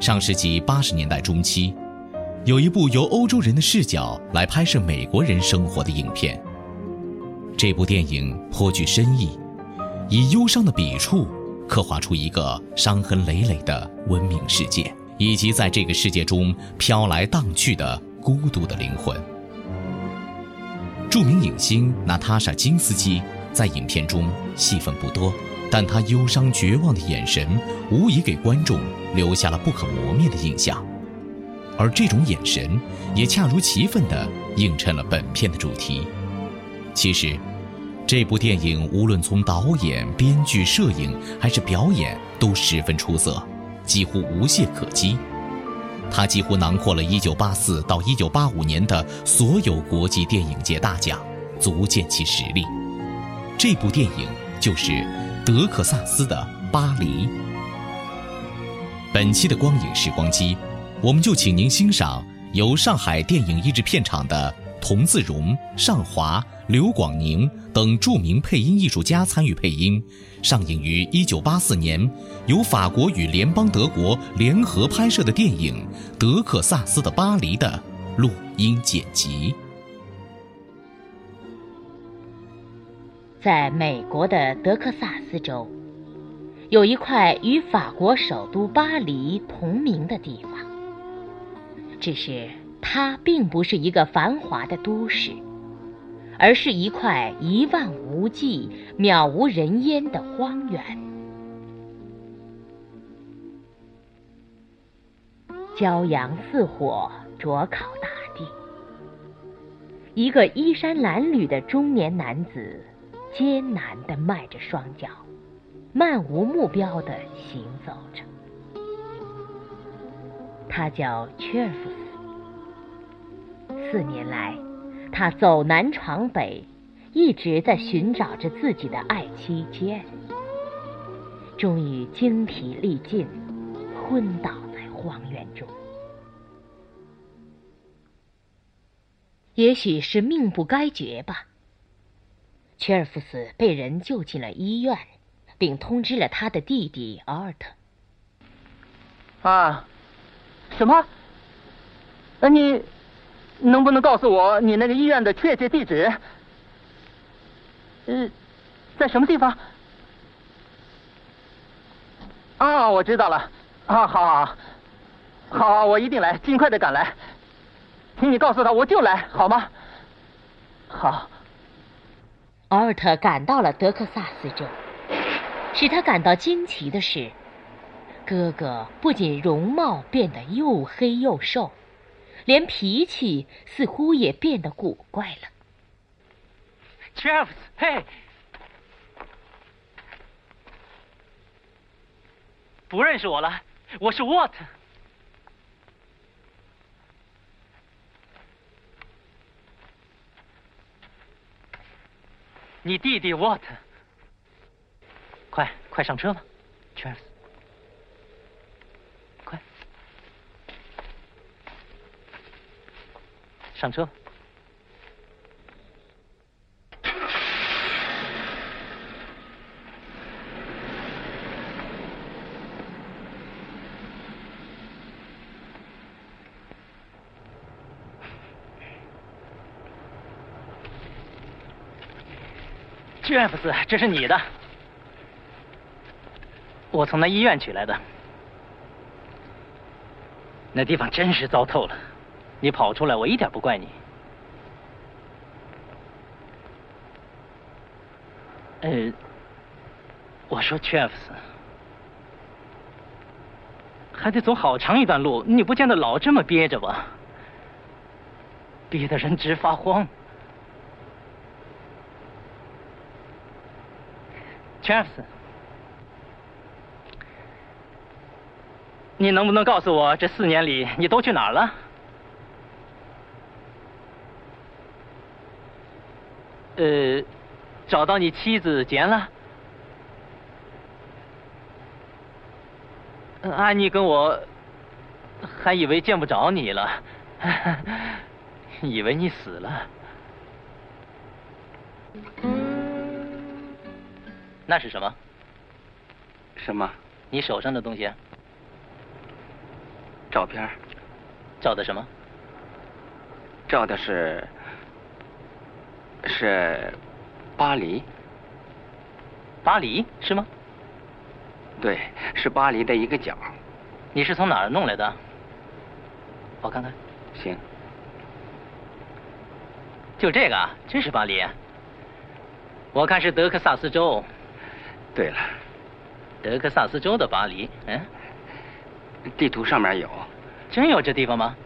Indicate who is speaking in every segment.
Speaker 1: 上世纪八十年代中期，有一部由欧洲人的视角来拍摄美国人生活的影片。这部电影颇具深意，以忧伤的笔触刻画出一个伤痕累累的文明世界，以及在这个世界中飘来荡去的孤独的灵魂。著名影星娜塔莎金斯基在影片中戏份不多，但她忧伤绝望的眼神无疑给观众留下了不可磨灭的印象，而这种眼神也恰如其分地映衬了本片的主题。其实，这部电影无论从导演、编剧、摄影还是表演都十分出色，几乎无懈可击。它几乎囊括了1984到1985年的所有国际电影节大奖，足见其实力。这部电影就是德克萨斯的巴黎。本期的光影时光机，我们就请您欣赏由上海电影译制片厂的童自荣、尚华、刘广宁等著名配音艺术家参与配音，上映于1984年由法国与联邦德国联合拍摄的电影《德克萨斯的巴黎》的录音剪辑。
Speaker 2: 在美国的德克萨斯州，有一块与法国首都巴黎同名的地方。只是它并不是一个繁华的都市，而是一块一望无际、渺无人烟的荒原。骄阳似火，灼烤大地。一个衣衫褴褛的中年男子艰难地迈着双脚，漫无目标地行走着。他叫切尔夫斯。四年来，他走南闯北，一直在寻找着自己的爱妻杰里。终于精疲力尽，昏倒在荒原中。也许是命不该绝吧。切尔夫斯被人救进了医院，并通知了他的弟弟奥尔特。
Speaker 3: 啊，什么？呃，你能不能告诉我你那个医院的确切地址？呃，在什么地方？啊，我知道了。啊，好好好，好，我一定来，尽快的赶来。请你告诉他，我就来，好吗？好。
Speaker 2: 奥尔特赶到了德克萨斯州。使他感到惊奇的是，哥哥不仅容貌变得又黑又瘦，连脾气似乎也变得古怪了。
Speaker 3: 切尔夫斯，嘿，不认识我了，我是沃特。你弟弟沃特，快快上车吧，切尔夫斯，快上车吧。切尔夫斯，这是你的，我从那医院取来的。那地方真是糟透了，你跑出来，我一点不怪你。呃，我说 Travis，还得走好长一段路，你不见得老这么憋着吧？憋得人直发慌。Travis，你能不能告诉我这四年里你都去哪儿了？呃，找到你妻子杰了？呃安妮跟我还以为见不着你了， 以为你死了。那是什么？
Speaker 4: 什么
Speaker 3: 你手上的东西啊
Speaker 4: 照片？
Speaker 3: 照的什么？
Speaker 4: 照的是是巴黎，
Speaker 3: 巴黎是吗？
Speaker 4: 对，是巴黎的一个角。
Speaker 3: 你是从哪儿弄来的？我看看，
Speaker 4: 行，
Speaker 3: 就这个啊，真是巴黎。我看是德克萨斯州，
Speaker 4: 对了，
Speaker 3: 德克萨斯州的巴黎。嗯，
Speaker 4: 地图上面有，
Speaker 3: 真有这地方吗？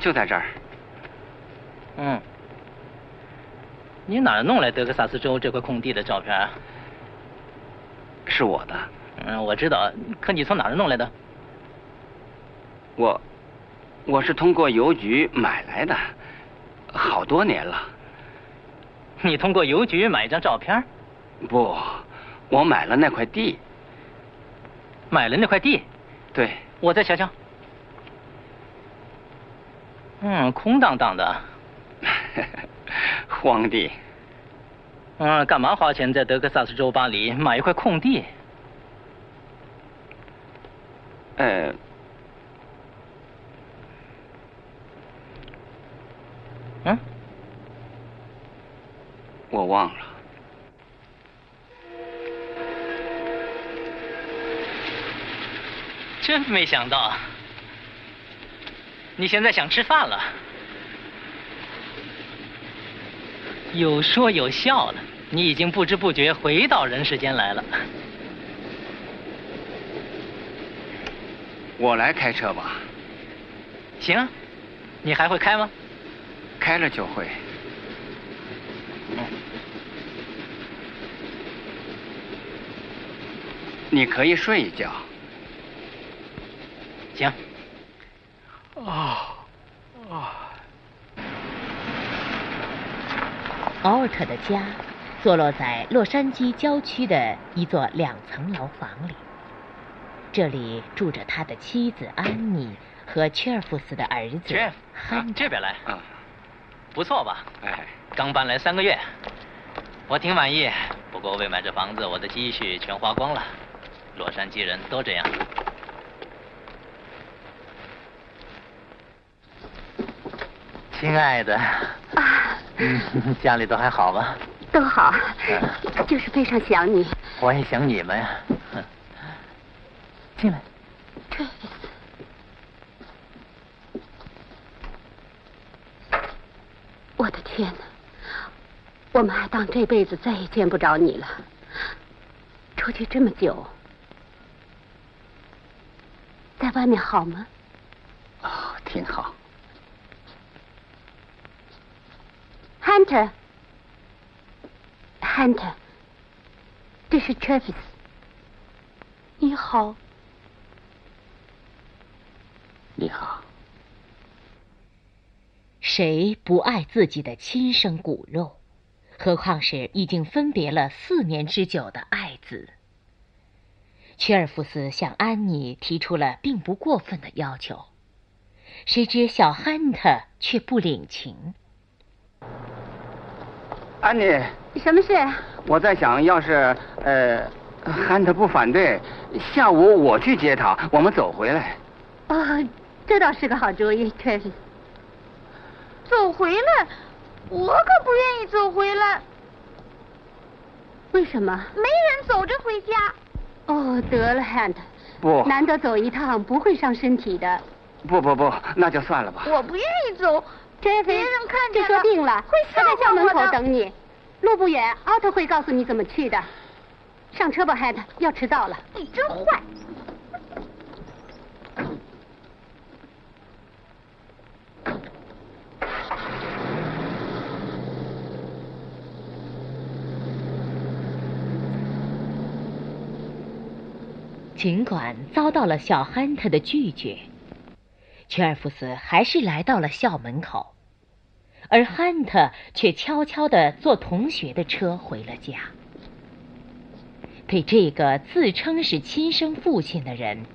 Speaker 4: 就在这儿。
Speaker 3: 嗯。你哪儿弄来德克萨斯州这块空地的照片啊？
Speaker 4: 是我的，
Speaker 3: 嗯，我知道，可你从哪儿弄来的？
Speaker 4: 我我是通过邮局买来的，好多年了。
Speaker 3: 你通过邮局买一张照片，
Speaker 4: 不，我买了那块地，
Speaker 3: 买了那块地，
Speaker 4: 对，
Speaker 3: 我再瞧瞧。嗯，空荡荡的。
Speaker 4: 荒地，
Speaker 3: 嗯，干嘛花钱在德克萨斯州巴黎买一块空地？
Speaker 4: 呃，
Speaker 3: 嗯，
Speaker 4: 我忘了。
Speaker 3: 真没想到，你现在想吃饭了，有说有笑的，你已经不知不觉回到人世间来了。
Speaker 4: 我来开车吧，
Speaker 3: 行啊，你还会开吗？
Speaker 4: 开了就会。你可以睡一觉。
Speaker 3: 行，
Speaker 5: 啊啊！
Speaker 2: 奥尔特的家坐落在洛杉矶郊区的一座两层楼房里，这里住着他的妻子安妮和切尔夫斯的儿子
Speaker 3: 去，
Speaker 2: 汉德。
Speaker 3: 这边来，
Speaker 4: 啊，
Speaker 3: 不错吧？
Speaker 4: 哎，
Speaker 3: 刚搬来三个月，我挺满意。不过为买这房子，我的积蓄全花光了。洛杉矶人都这样。亲爱的，
Speaker 6: 啊，
Speaker 3: 嗯，家里都还好吧？
Speaker 6: 都好，就是非常想你。
Speaker 3: 我也想你们呀。哼进来。
Speaker 6: 我的天哪，我们还当这辈子再也见不着你了。出去这么久，在外面好吗？
Speaker 4: 哦，挺好。
Speaker 6: Hunter。Hunter，这是 Travis。你好，
Speaker 4: 你好，
Speaker 2: 谁不爱自己的亲生骨肉？何况是已经分别了四年之久的爱子。屈尔夫斯向安妮提出了并不过分的要求，谁知小汉特却不领情。
Speaker 4: 安妮，
Speaker 6: 什么事？
Speaker 4: 啊我在想，要是呃，汉特不反对，下午我去接他，我们走回来。
Speaker 6: 哦，这倒是个好主意，Travis。走回来，我可不愿意走回来。为什么？没人走着回家。哦，得了，Hand，
Speaker 4: 不，
Speaker 6: 难得走一趟，不会伤身体的。
Speaker 4: 不不不，那就算了吧。
Speaker 6: 我不愿意走，别人看见说定了，会他在校门口等你。路不远，奥特会告诉你怎么去的。上车吧，孩子，要迟到了。你真坏！
Speaker 2: 尽管遭到了小憨特的拒绝，屈尔夫斯还是来到了校门口，而憨特却悄悄地坐同学的车回了家。对这个自称是亲生父亲的人，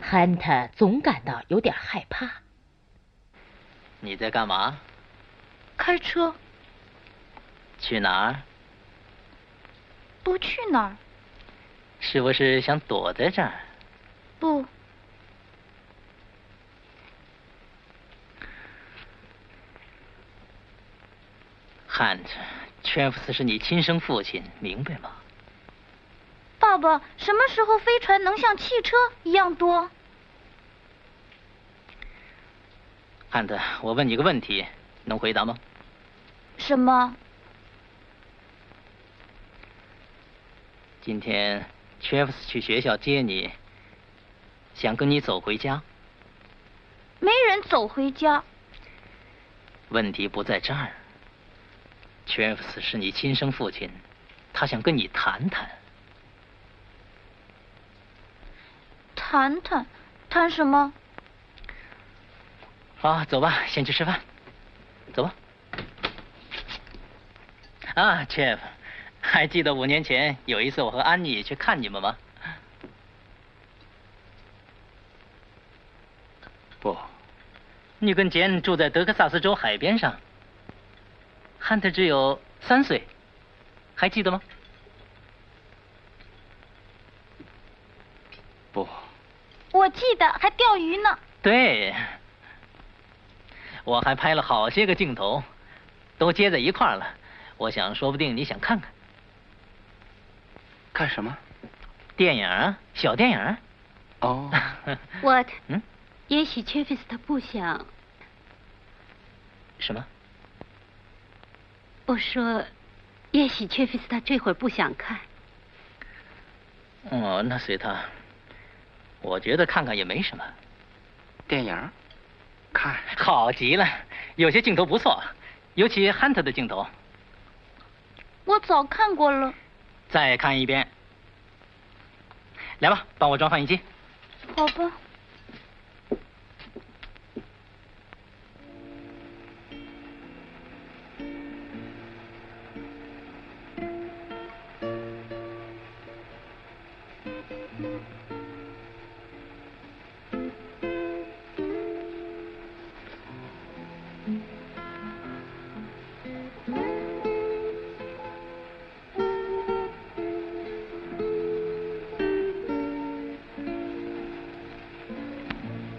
Speaker 2: 憨特总感到有点害怕。
Speaker 3: 你在干嘛？
Speaker 6: 开车
Speaker 3: 去哪儿？
Speaker 6: 不去哪儿？
Speaker 3: 是不是想躲在这儿？
Speaker 6: 不，
Speaker 3: 汉特，全夫斯是你亲生父亲，明白吗？
Speaker 6: 爸爸，什么时候飞船能像汽车一样多？
Speaker 3: 汉特，我问你个问题，能回答吗？
Speaker 6: 什么？
Speaker 3: 今天 t r a v 去学校接你，想跟你走回家。
Speaker 6: 没人走回家。
Speaker 3: 问题不在这儿 t r a v 是你亲生父亲，他想跟你谈谈。
Speaker 6: 谈谈，谈什么？
Speaker 3: 好，走吧，先去吃饭。走吧。啊 t r a v 还记得五年前有一次我和安妮去看你们吗？
Speaker 4: 不，
Speaker 3: 你跟简住在德克萨斯州海边上。汉特只有三岁，还记得吗？
Speaker 4: 不，
Speaker 6: 我记得还钓鱼呢。
Speaker 3: 对，我还拍了好些个镜头，都接在一块儿了。我想，说不定你想看看。
Speaker 4: 看什么？
Speaker 3: 电影儿，小电影儿。
Speaker 4: 哦，
Speaker 6: What？
Speaker 3: 嗯，
Speaker 6: 也许缺菲斯他不想。
Speaker 3: 什么？
Speaker 6: 我说，也许缺菲斯他这会儿不想看。
Speaker 3: 哦，那随他。我觉得看看也没什么。
Speaker 4: 电影儿，看。
Speaker 3: 好极了，有些镜头不错，尤其汉特的镜头。
Speaker 6: 我早看过了。
Speaker 3: 再看一遍。来吧，帮我装放映机。
Speaker 6: 好吧。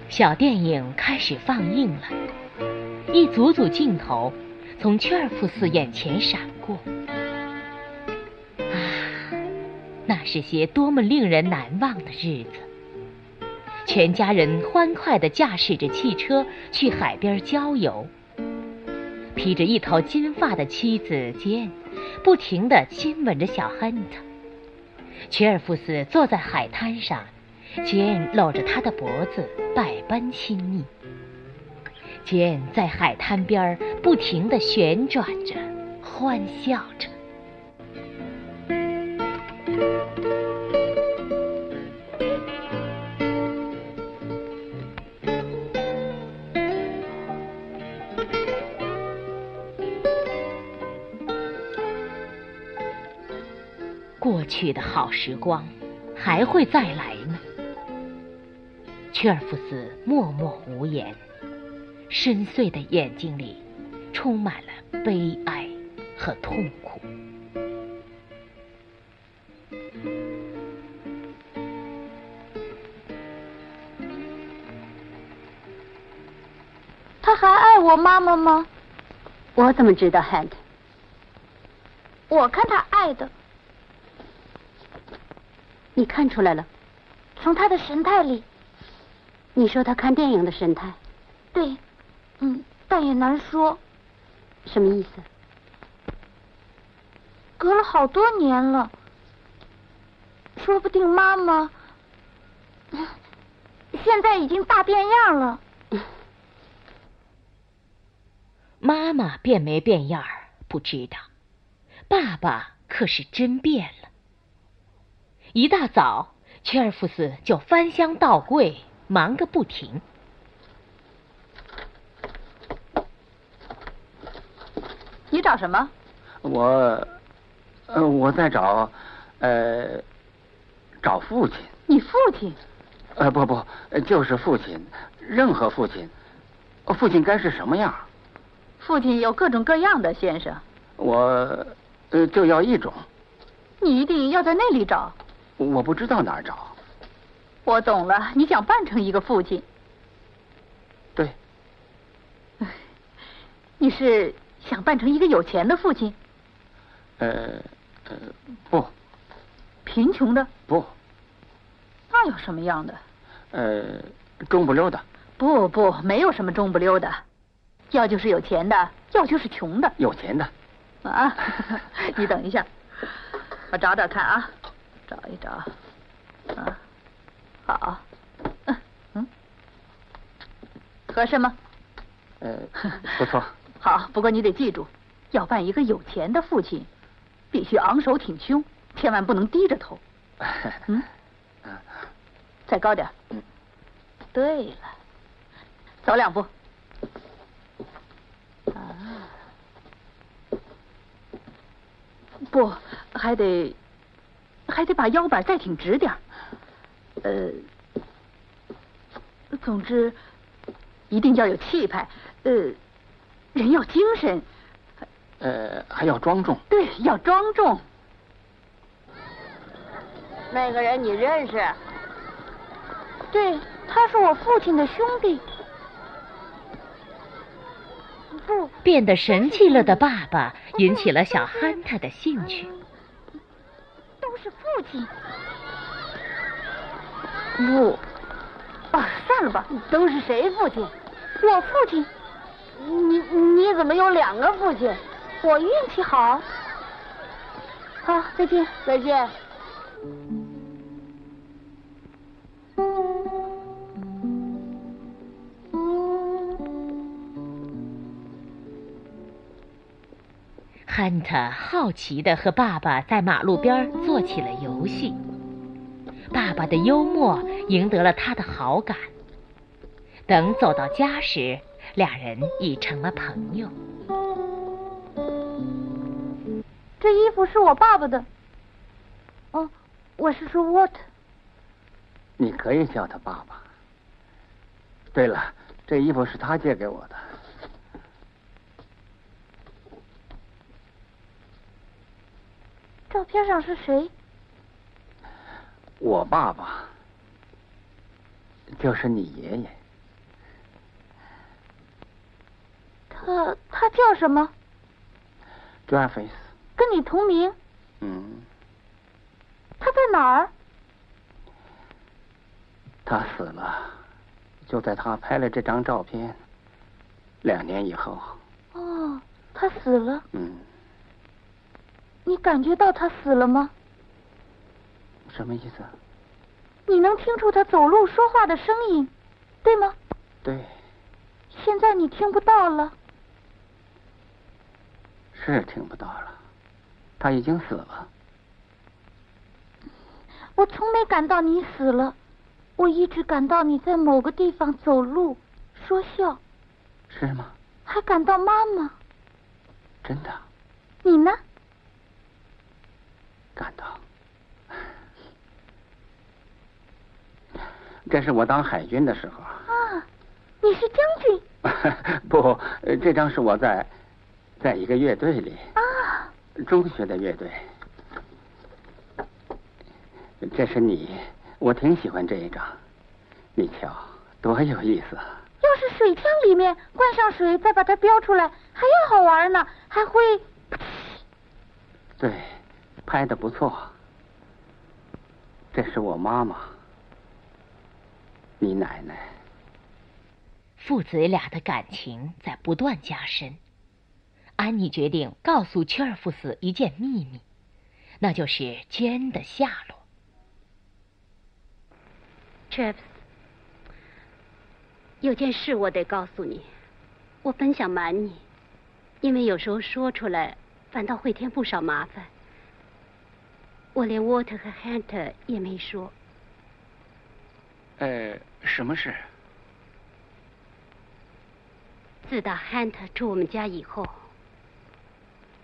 Speaker 2: 小电影开始放映了，一组组镜头从屈尔夫斯眼前闪过。啊，那是些多么令人难忘的日子！全家人欢快地驾驶着汽车去海边郊游，披着一头金发的妻子坚不停地亲吻着小憨特。屈尔夫斯坐在海滩上。简搂着他的脖子，百般亲昵。简在海滩边儿不停地旋转着，欢笑着。过去的好时光，还会再来呢。屈尔夫斯默默无言，深邃的眼睛里充满了悲哀和痛苦。
Speaker 6: 他还爱我妈妈吗？我怎么知道 h a d 我看他爱的。你看出来了？从他的神态里。
Speaker 7: 你说他看电影的神态，
Speaker 6: 对，嗯，但也难说，
Speaker 7: 什么意思？
Speaker 6: 隔了好多年了，说不定妈妈现在已经大变样了。
Speaker 2: 妈妈变没变样儿不知道，爸爸可是真变了。一大早，切尔夫斯就翻箱倒柜，忙个不停。
Speaker 8: 你找什么？
Speaker 4: 我，呃，我在找，呃，找父亲。
Speaker 8: 你父亲？
Speaker 4: 呃，不不，呃就是父亲，任何父亲，呃父亲该是什么样？
Speaker 8: 父亲有各种各样的先生，
Speaker 4: 我，呃，就要一种，
Speaker 8: 你一定要在那里找。
Speaker 4: 我不知道哪儿找。
Speaker 8: 我懂了，你想扮成一个父亲，
Speaker 4: 对，
Speaker 8: 你是想扮成一个有钱的父亲，
Speaker 4: 呃，呃，不
Speaker 8: 贫穷的
Speaker 4: 不，
Speaker 8: 那有什么样的？
Speaker 4: 呃，中不溜的，
Speaker 8: 不不，没有什么中不溜的，要就是有钱的，要就是穷的
Speaker 4: 有钱的，
Speaker 8: 啊！ 你等一下，我找找看啊，找一找，啊，好，嗯，合适吗？
Speaker 4: 呃，不 错，
Speaker 8: 好，不过你得记住，要办一个有钱的父亲，必须昂首挺胸，千万不能低着头。嗯，再高点儿。对了，走两步。啊，不，还得还得把腰板再挺直点儿。呃，总之，一定要有气派。呃，人要精神，
Speaker 4: 呃，还要庄重，
Speaker 8: 对，要庄重。
Speaker 9: 那个人你认识？
Speaker 6: 对，他是我父亲的兄弟。不，
Speaker 2: 变得神气了的爸爸引起了小憨他的兴趣。
Speaker 6: 都是父亲。
Speaker 8: 不，啊，算了吧，
Speaker 9: 都是谁父亲？
Speaker 6: 我父亲，
Speaker 9: 你你怎么有两个父亲？
Speaker 6: 我运气好。好，再见。
Speaker 9: 再见。
Speaker 2: 憨特好奇的和爸爸在马路边儿做起了游戏。爸爸的幽默赢得了他的好感。等走到家时，俩人已成了朋友。
Speaker 6: 这衣服是我爸爸的。哦，我是说 what？
Speaker 4: 你可以叫他爸爸。对了，这衣服是他借给我的，
Speaker 6: 照片上是谁？
Speaker 4: 我爸爸就是你爷爷，
Speaker 6: 他他叫什么？
Speaker 4: j e f f r e s
Speaker 6: 跟你同名。
Speaker 4: 嗯，
Speaker 6: 他在哪儿？
Speaker 4: 他死了，就在他拍了这张照片两年以后。
Speaker 6: 哦，他死了。
Speaker 4: 嗯，
Speaker 6: 你感觉到他死了吗？
Speaker 4: 什么意思？
Speaker 6: 你能听出他走路、说话的声音，对吗？
Speaker 4: 对，
Speaker 6: 现在你听不到了。
Speaker 4: 是听不到了，他已经死了。
Speaker 6: 我从没感到你死了，我一直感到你在某个地方走路、说笑，
Speaker 4: 是吗？
Speaker 6: 还感到妈妈。
Speaker 4: 真的
Speaker 6: 你呢？
Speaker 4: 感到。这是我当海军的时候。
Speaker 6: 啊，你是将军
Speaker 4: 不，呃这张是我在，在一个乐队里，
Speaker 6: 啊！
Speaker 4: 中学的乐队。这是你，我挺喜欢这一张，你瞧，多有意思啊！
Speaker 6: 要是水枪里面灌上水，再把它标出来，还要好玩呢，还会。
Speaker 4: 对，拍的不错。这是我妈妈，你奶奶。
Speaker 2: 父子俩的感情在不断加深。安妮决定告诉切尔夫斯一件秘密，那就是杰恩的下落。
Speaker 6: Chaps，有件事我得告诉你，我本想瞒你，因为有时候说出来反倒会添不少麻烦。我连 Water 和 Hunter 也没说。
Speaker 4: 呃，什么事？
Speaker 6: 自打 Hunter 住我们家以后，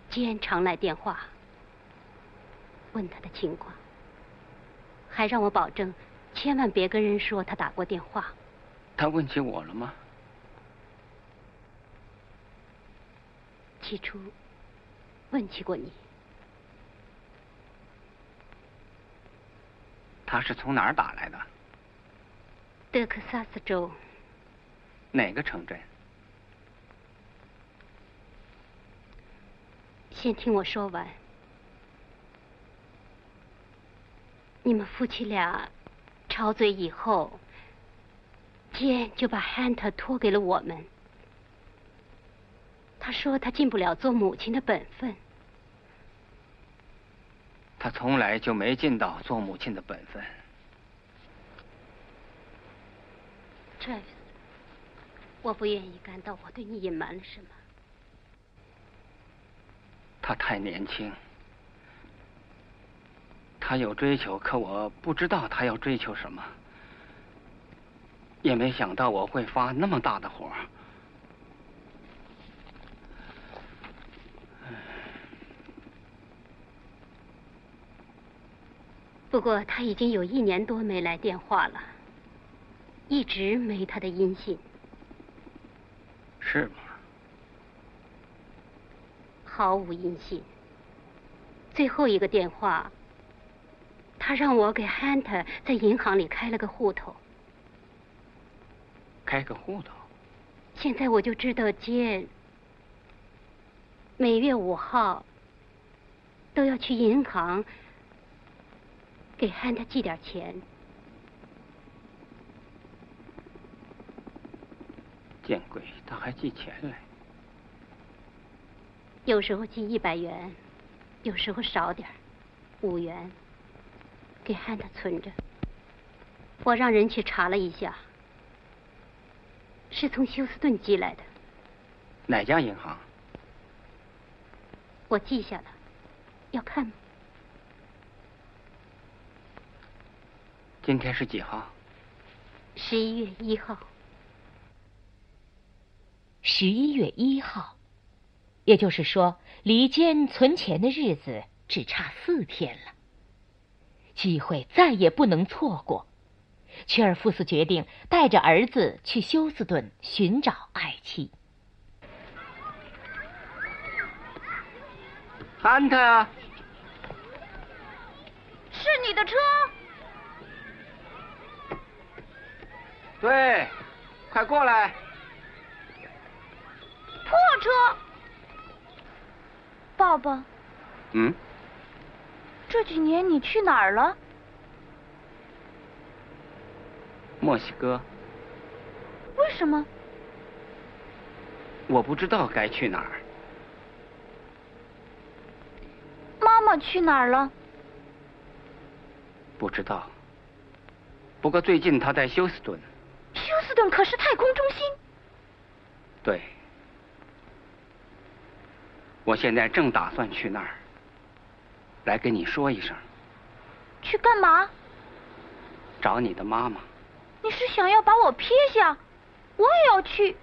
Speaker 6: 吉恩常来电话，问他的情况，还让我保证千万别跟人说他打过电话。
Speaker 4: 他问起我了吗？
Speaker 6: 起初问起过你，
Speaker 4: 他是从哪儿打来的？
Speaker 6: 德克萨斯州
Speaker 4: 哪个城镇？
Speaker 6: 先听我说完。你们夫妻俩吵嘴以后，吉恩就把汉特托给了我们。他说他尽不了做母亲的本分。
Speaker 4: 他从来就没尽到做母亲的本分。
Speaker 6: Travis，我不愿意感到我对你隐瞒了什么。
Speaker 4: 他太年轻，他有追求，可我不知道他要追求什么，也没想到我会发那么大的火。
Speaker 6: 不过他已经有一年多没来电话了，一直没他的音信。
Speaker 4: 是吗？
Speaker 6: 毫无音信。最后一个电话，他让我给 Hunter 在银行里开了个户头。
Speaker 4: 开个户头？
Speaker 6: 现在我就知道杰每月五号都要去银行给 Hunter 寄点钱。
Speaker 4: 见鬼，他还寄钱来！
Speaker 6: 有时候寄一百元，有时候少点儿，五元，给汉特存着。我让人去查了一下，是从休斯顿寄来的。
Speaker 4: 哪家银行？
Speaker 6: 我记下了，要看吗？
Speaker 4: 今天是几号？
Speaker 6: 十一月一号。
Speaker 2: 十一月一号。也就是说，离坚存钱的日子只差四天了，机会再也不能错过。屈尔夫斯决定带着儿子去休斯顿寻找爱妻。
Speaker 4: 安特啊！
Speaker 10: 是你的车？
Speaker 4: 对，快过来！
Speaker 10: 破车！
Speaker 8: 爸爸，
Speaker 4: 嗯，
Speaker 8: 这几年你去哪儿了？
Speaker 4: 墨西哥。
Speaker 8: 为什么？
Speaker 4: 我不知道该去哪儿。
Speaker 8: 妈妈去哪儿了？
Speaker 4: 不知道。不过最近她在休斯顿。
Speaker 8: 休斯顿可是太空中心。
Speaker 4: 对。我现在正打算去那儿，来跟你说一声。
Speaker 8: 去干嘛？
Speaker 4: 找你的妈妈。
Speaker 8: 你是想要把我撇下？我也要去。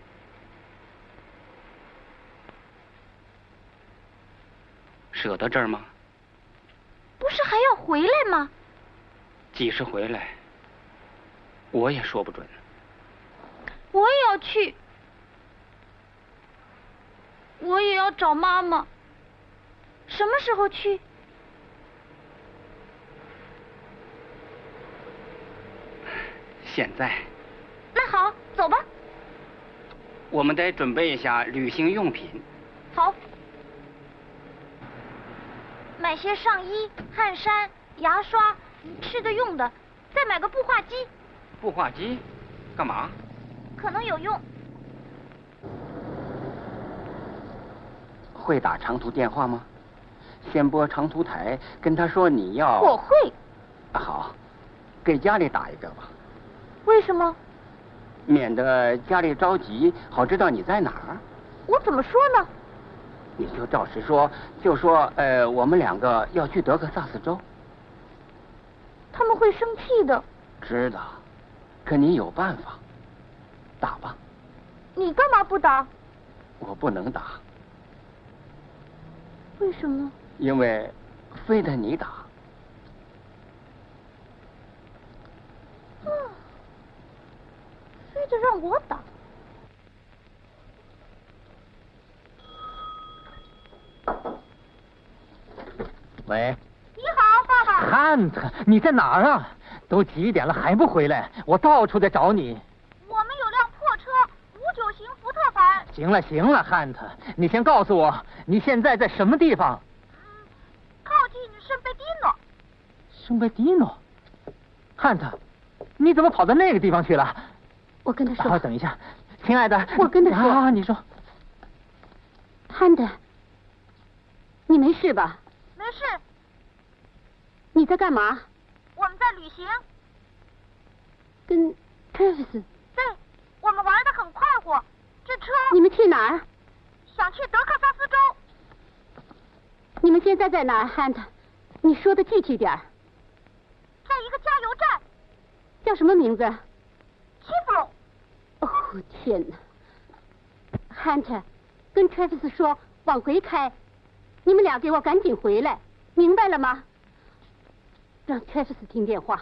Speaker 4: 舍得这儿吗？
Speaker 8: 不是还要回来吗？
Speaker 4: 几时回来？我也说不准。
Speaker 8: 我也要去。我也要找妈妈。什么时候去？
Speaker 4: 现在。
Speaker 8: 那好，走吧。
Speaker 4: 我们得准备一下旅行用品。
Speaker 8: 好。买些上衣、汗衫、牙刷、吃的用的，再买个布画机。
Speaker 4: 布画机？干嘛？
Speaker 8: 可能有用。
Speaker 4: 会打长途电话吗？先拨长途台，跟他说你要。
Speaker 6: 我会。
Speaker 4: 好，给家里打一个吧，
Speaker 6: 为什么？
Speaker 4: 免得家里着急，好知道你在哪儿。
Speaker 6: 我怎么说呢？
Speaker 4: 你就照实说，就说呃，我们两个要去德克萨斯州。
Speaker 6: 他们会生气的。
Speaker 4: 知道，可你有办法，打吧。
Speaker 6: 你干嘛不打？
Speaker 4: 我不能打，
Speaker 6: 为什么？
Speaker 4: 因为非得你打。
Speaker 6: 嗯，非得让我打。
Speaker 11: 喂，
Speaker 6: 你好，爸爸。
Speaker 11: 汉特，你在哪儿啊？都几点了还不回来？我到处在找你。
Speaker 6: 我们有辆破车，五九型福特版。
Speaker 11: 行了行了，汉特，你先告诉我，你现在在什么地方？
Speaker 6: 靠近圣贝蒂诺。
Speaker 11: 圣贝蒂诺。汉特，你怎么跑到那个地方去了？
Speaker 8: 我跟他说。
Speaker 11: 啊等一下，亲爱的。
Speaker 8: 我跟他说。
Speaker 11: 啊，你说。
Speaker 8: 汉德，你没事吧？
Speaker 6: 没事。
Speaker 8: 你在干嘛？
Speaker 6: 我们在旅行。
Speaker 8: 跟 Travis。
Speaker 6: 对，我们玩的很快活。这车。
Speaker 8: 你们去哪儿？
Speaker 6: 想去德克萨斯州。
Speaker 8: 你们现在在哪儿，汉特？你说的具体点儿。
Speaker 6: 在一个加油站。
Speaker 8: 叫什么名字？
Speaker 6: 基弗隆。
Speaker 8: 哦天哪！汉特，跟 Travis 说往回开，你们俩给我赶紧回来，明白了吗？让 Travis 听电话。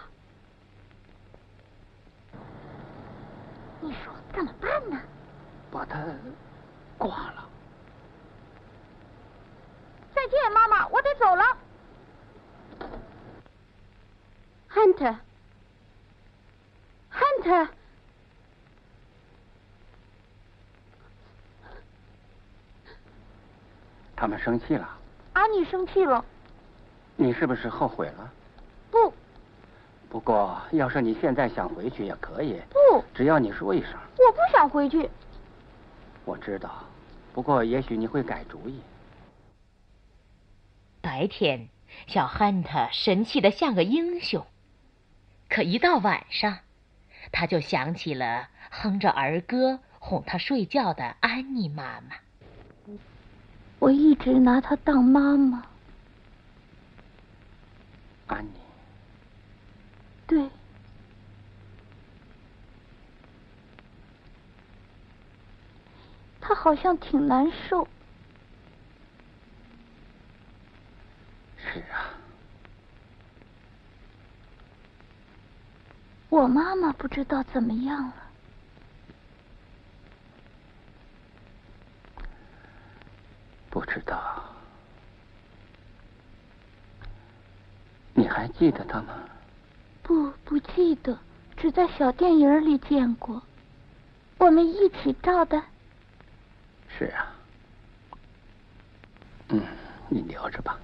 Speaker 6: 你说怎么办呢？
Speaker 4: 把他挂了。
Speaker 6: 再见，妈妈，我得走了。
Speaker 8: Hunter，Hunter，Hunter
Speaker 4: 他们生气了。
Speaker 6: 安妮生气了。
Speaker 4: 你是不是后悔了？
Speaker 6: 不。
Speaker 4: 不过，要是你现在想回去也可以。
Speaker 6: 不。
Speaker 4: 只要你说一声。
Speaker 6: 我不想回去。
Speaker 4: 我知道，不过也许你会改主意。
Speaker 2: 白天，小汉特神气的像个英雄，可一到晚上，他就想起了哼着儿歌哄他睡觉的安妮妈妈。
Speaker 6: 我一直拿她当妈妈。
Speaker 4: 安妮。
Speaker 6: 对。他好像挺难受。
Speaker 4: 是啊。
Speaker 6: 我妈妈不知道怎么样了。
Speaker 4: 不知道。你还记得他吗？
Speaker 6: 不，不记得，只在小电影里见过。我们一起照的。
Speaker 4: 是啊，嗯，你留着吧。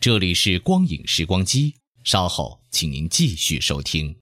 Speaker 1: 这里是光影时光机，稍后请您继续收听。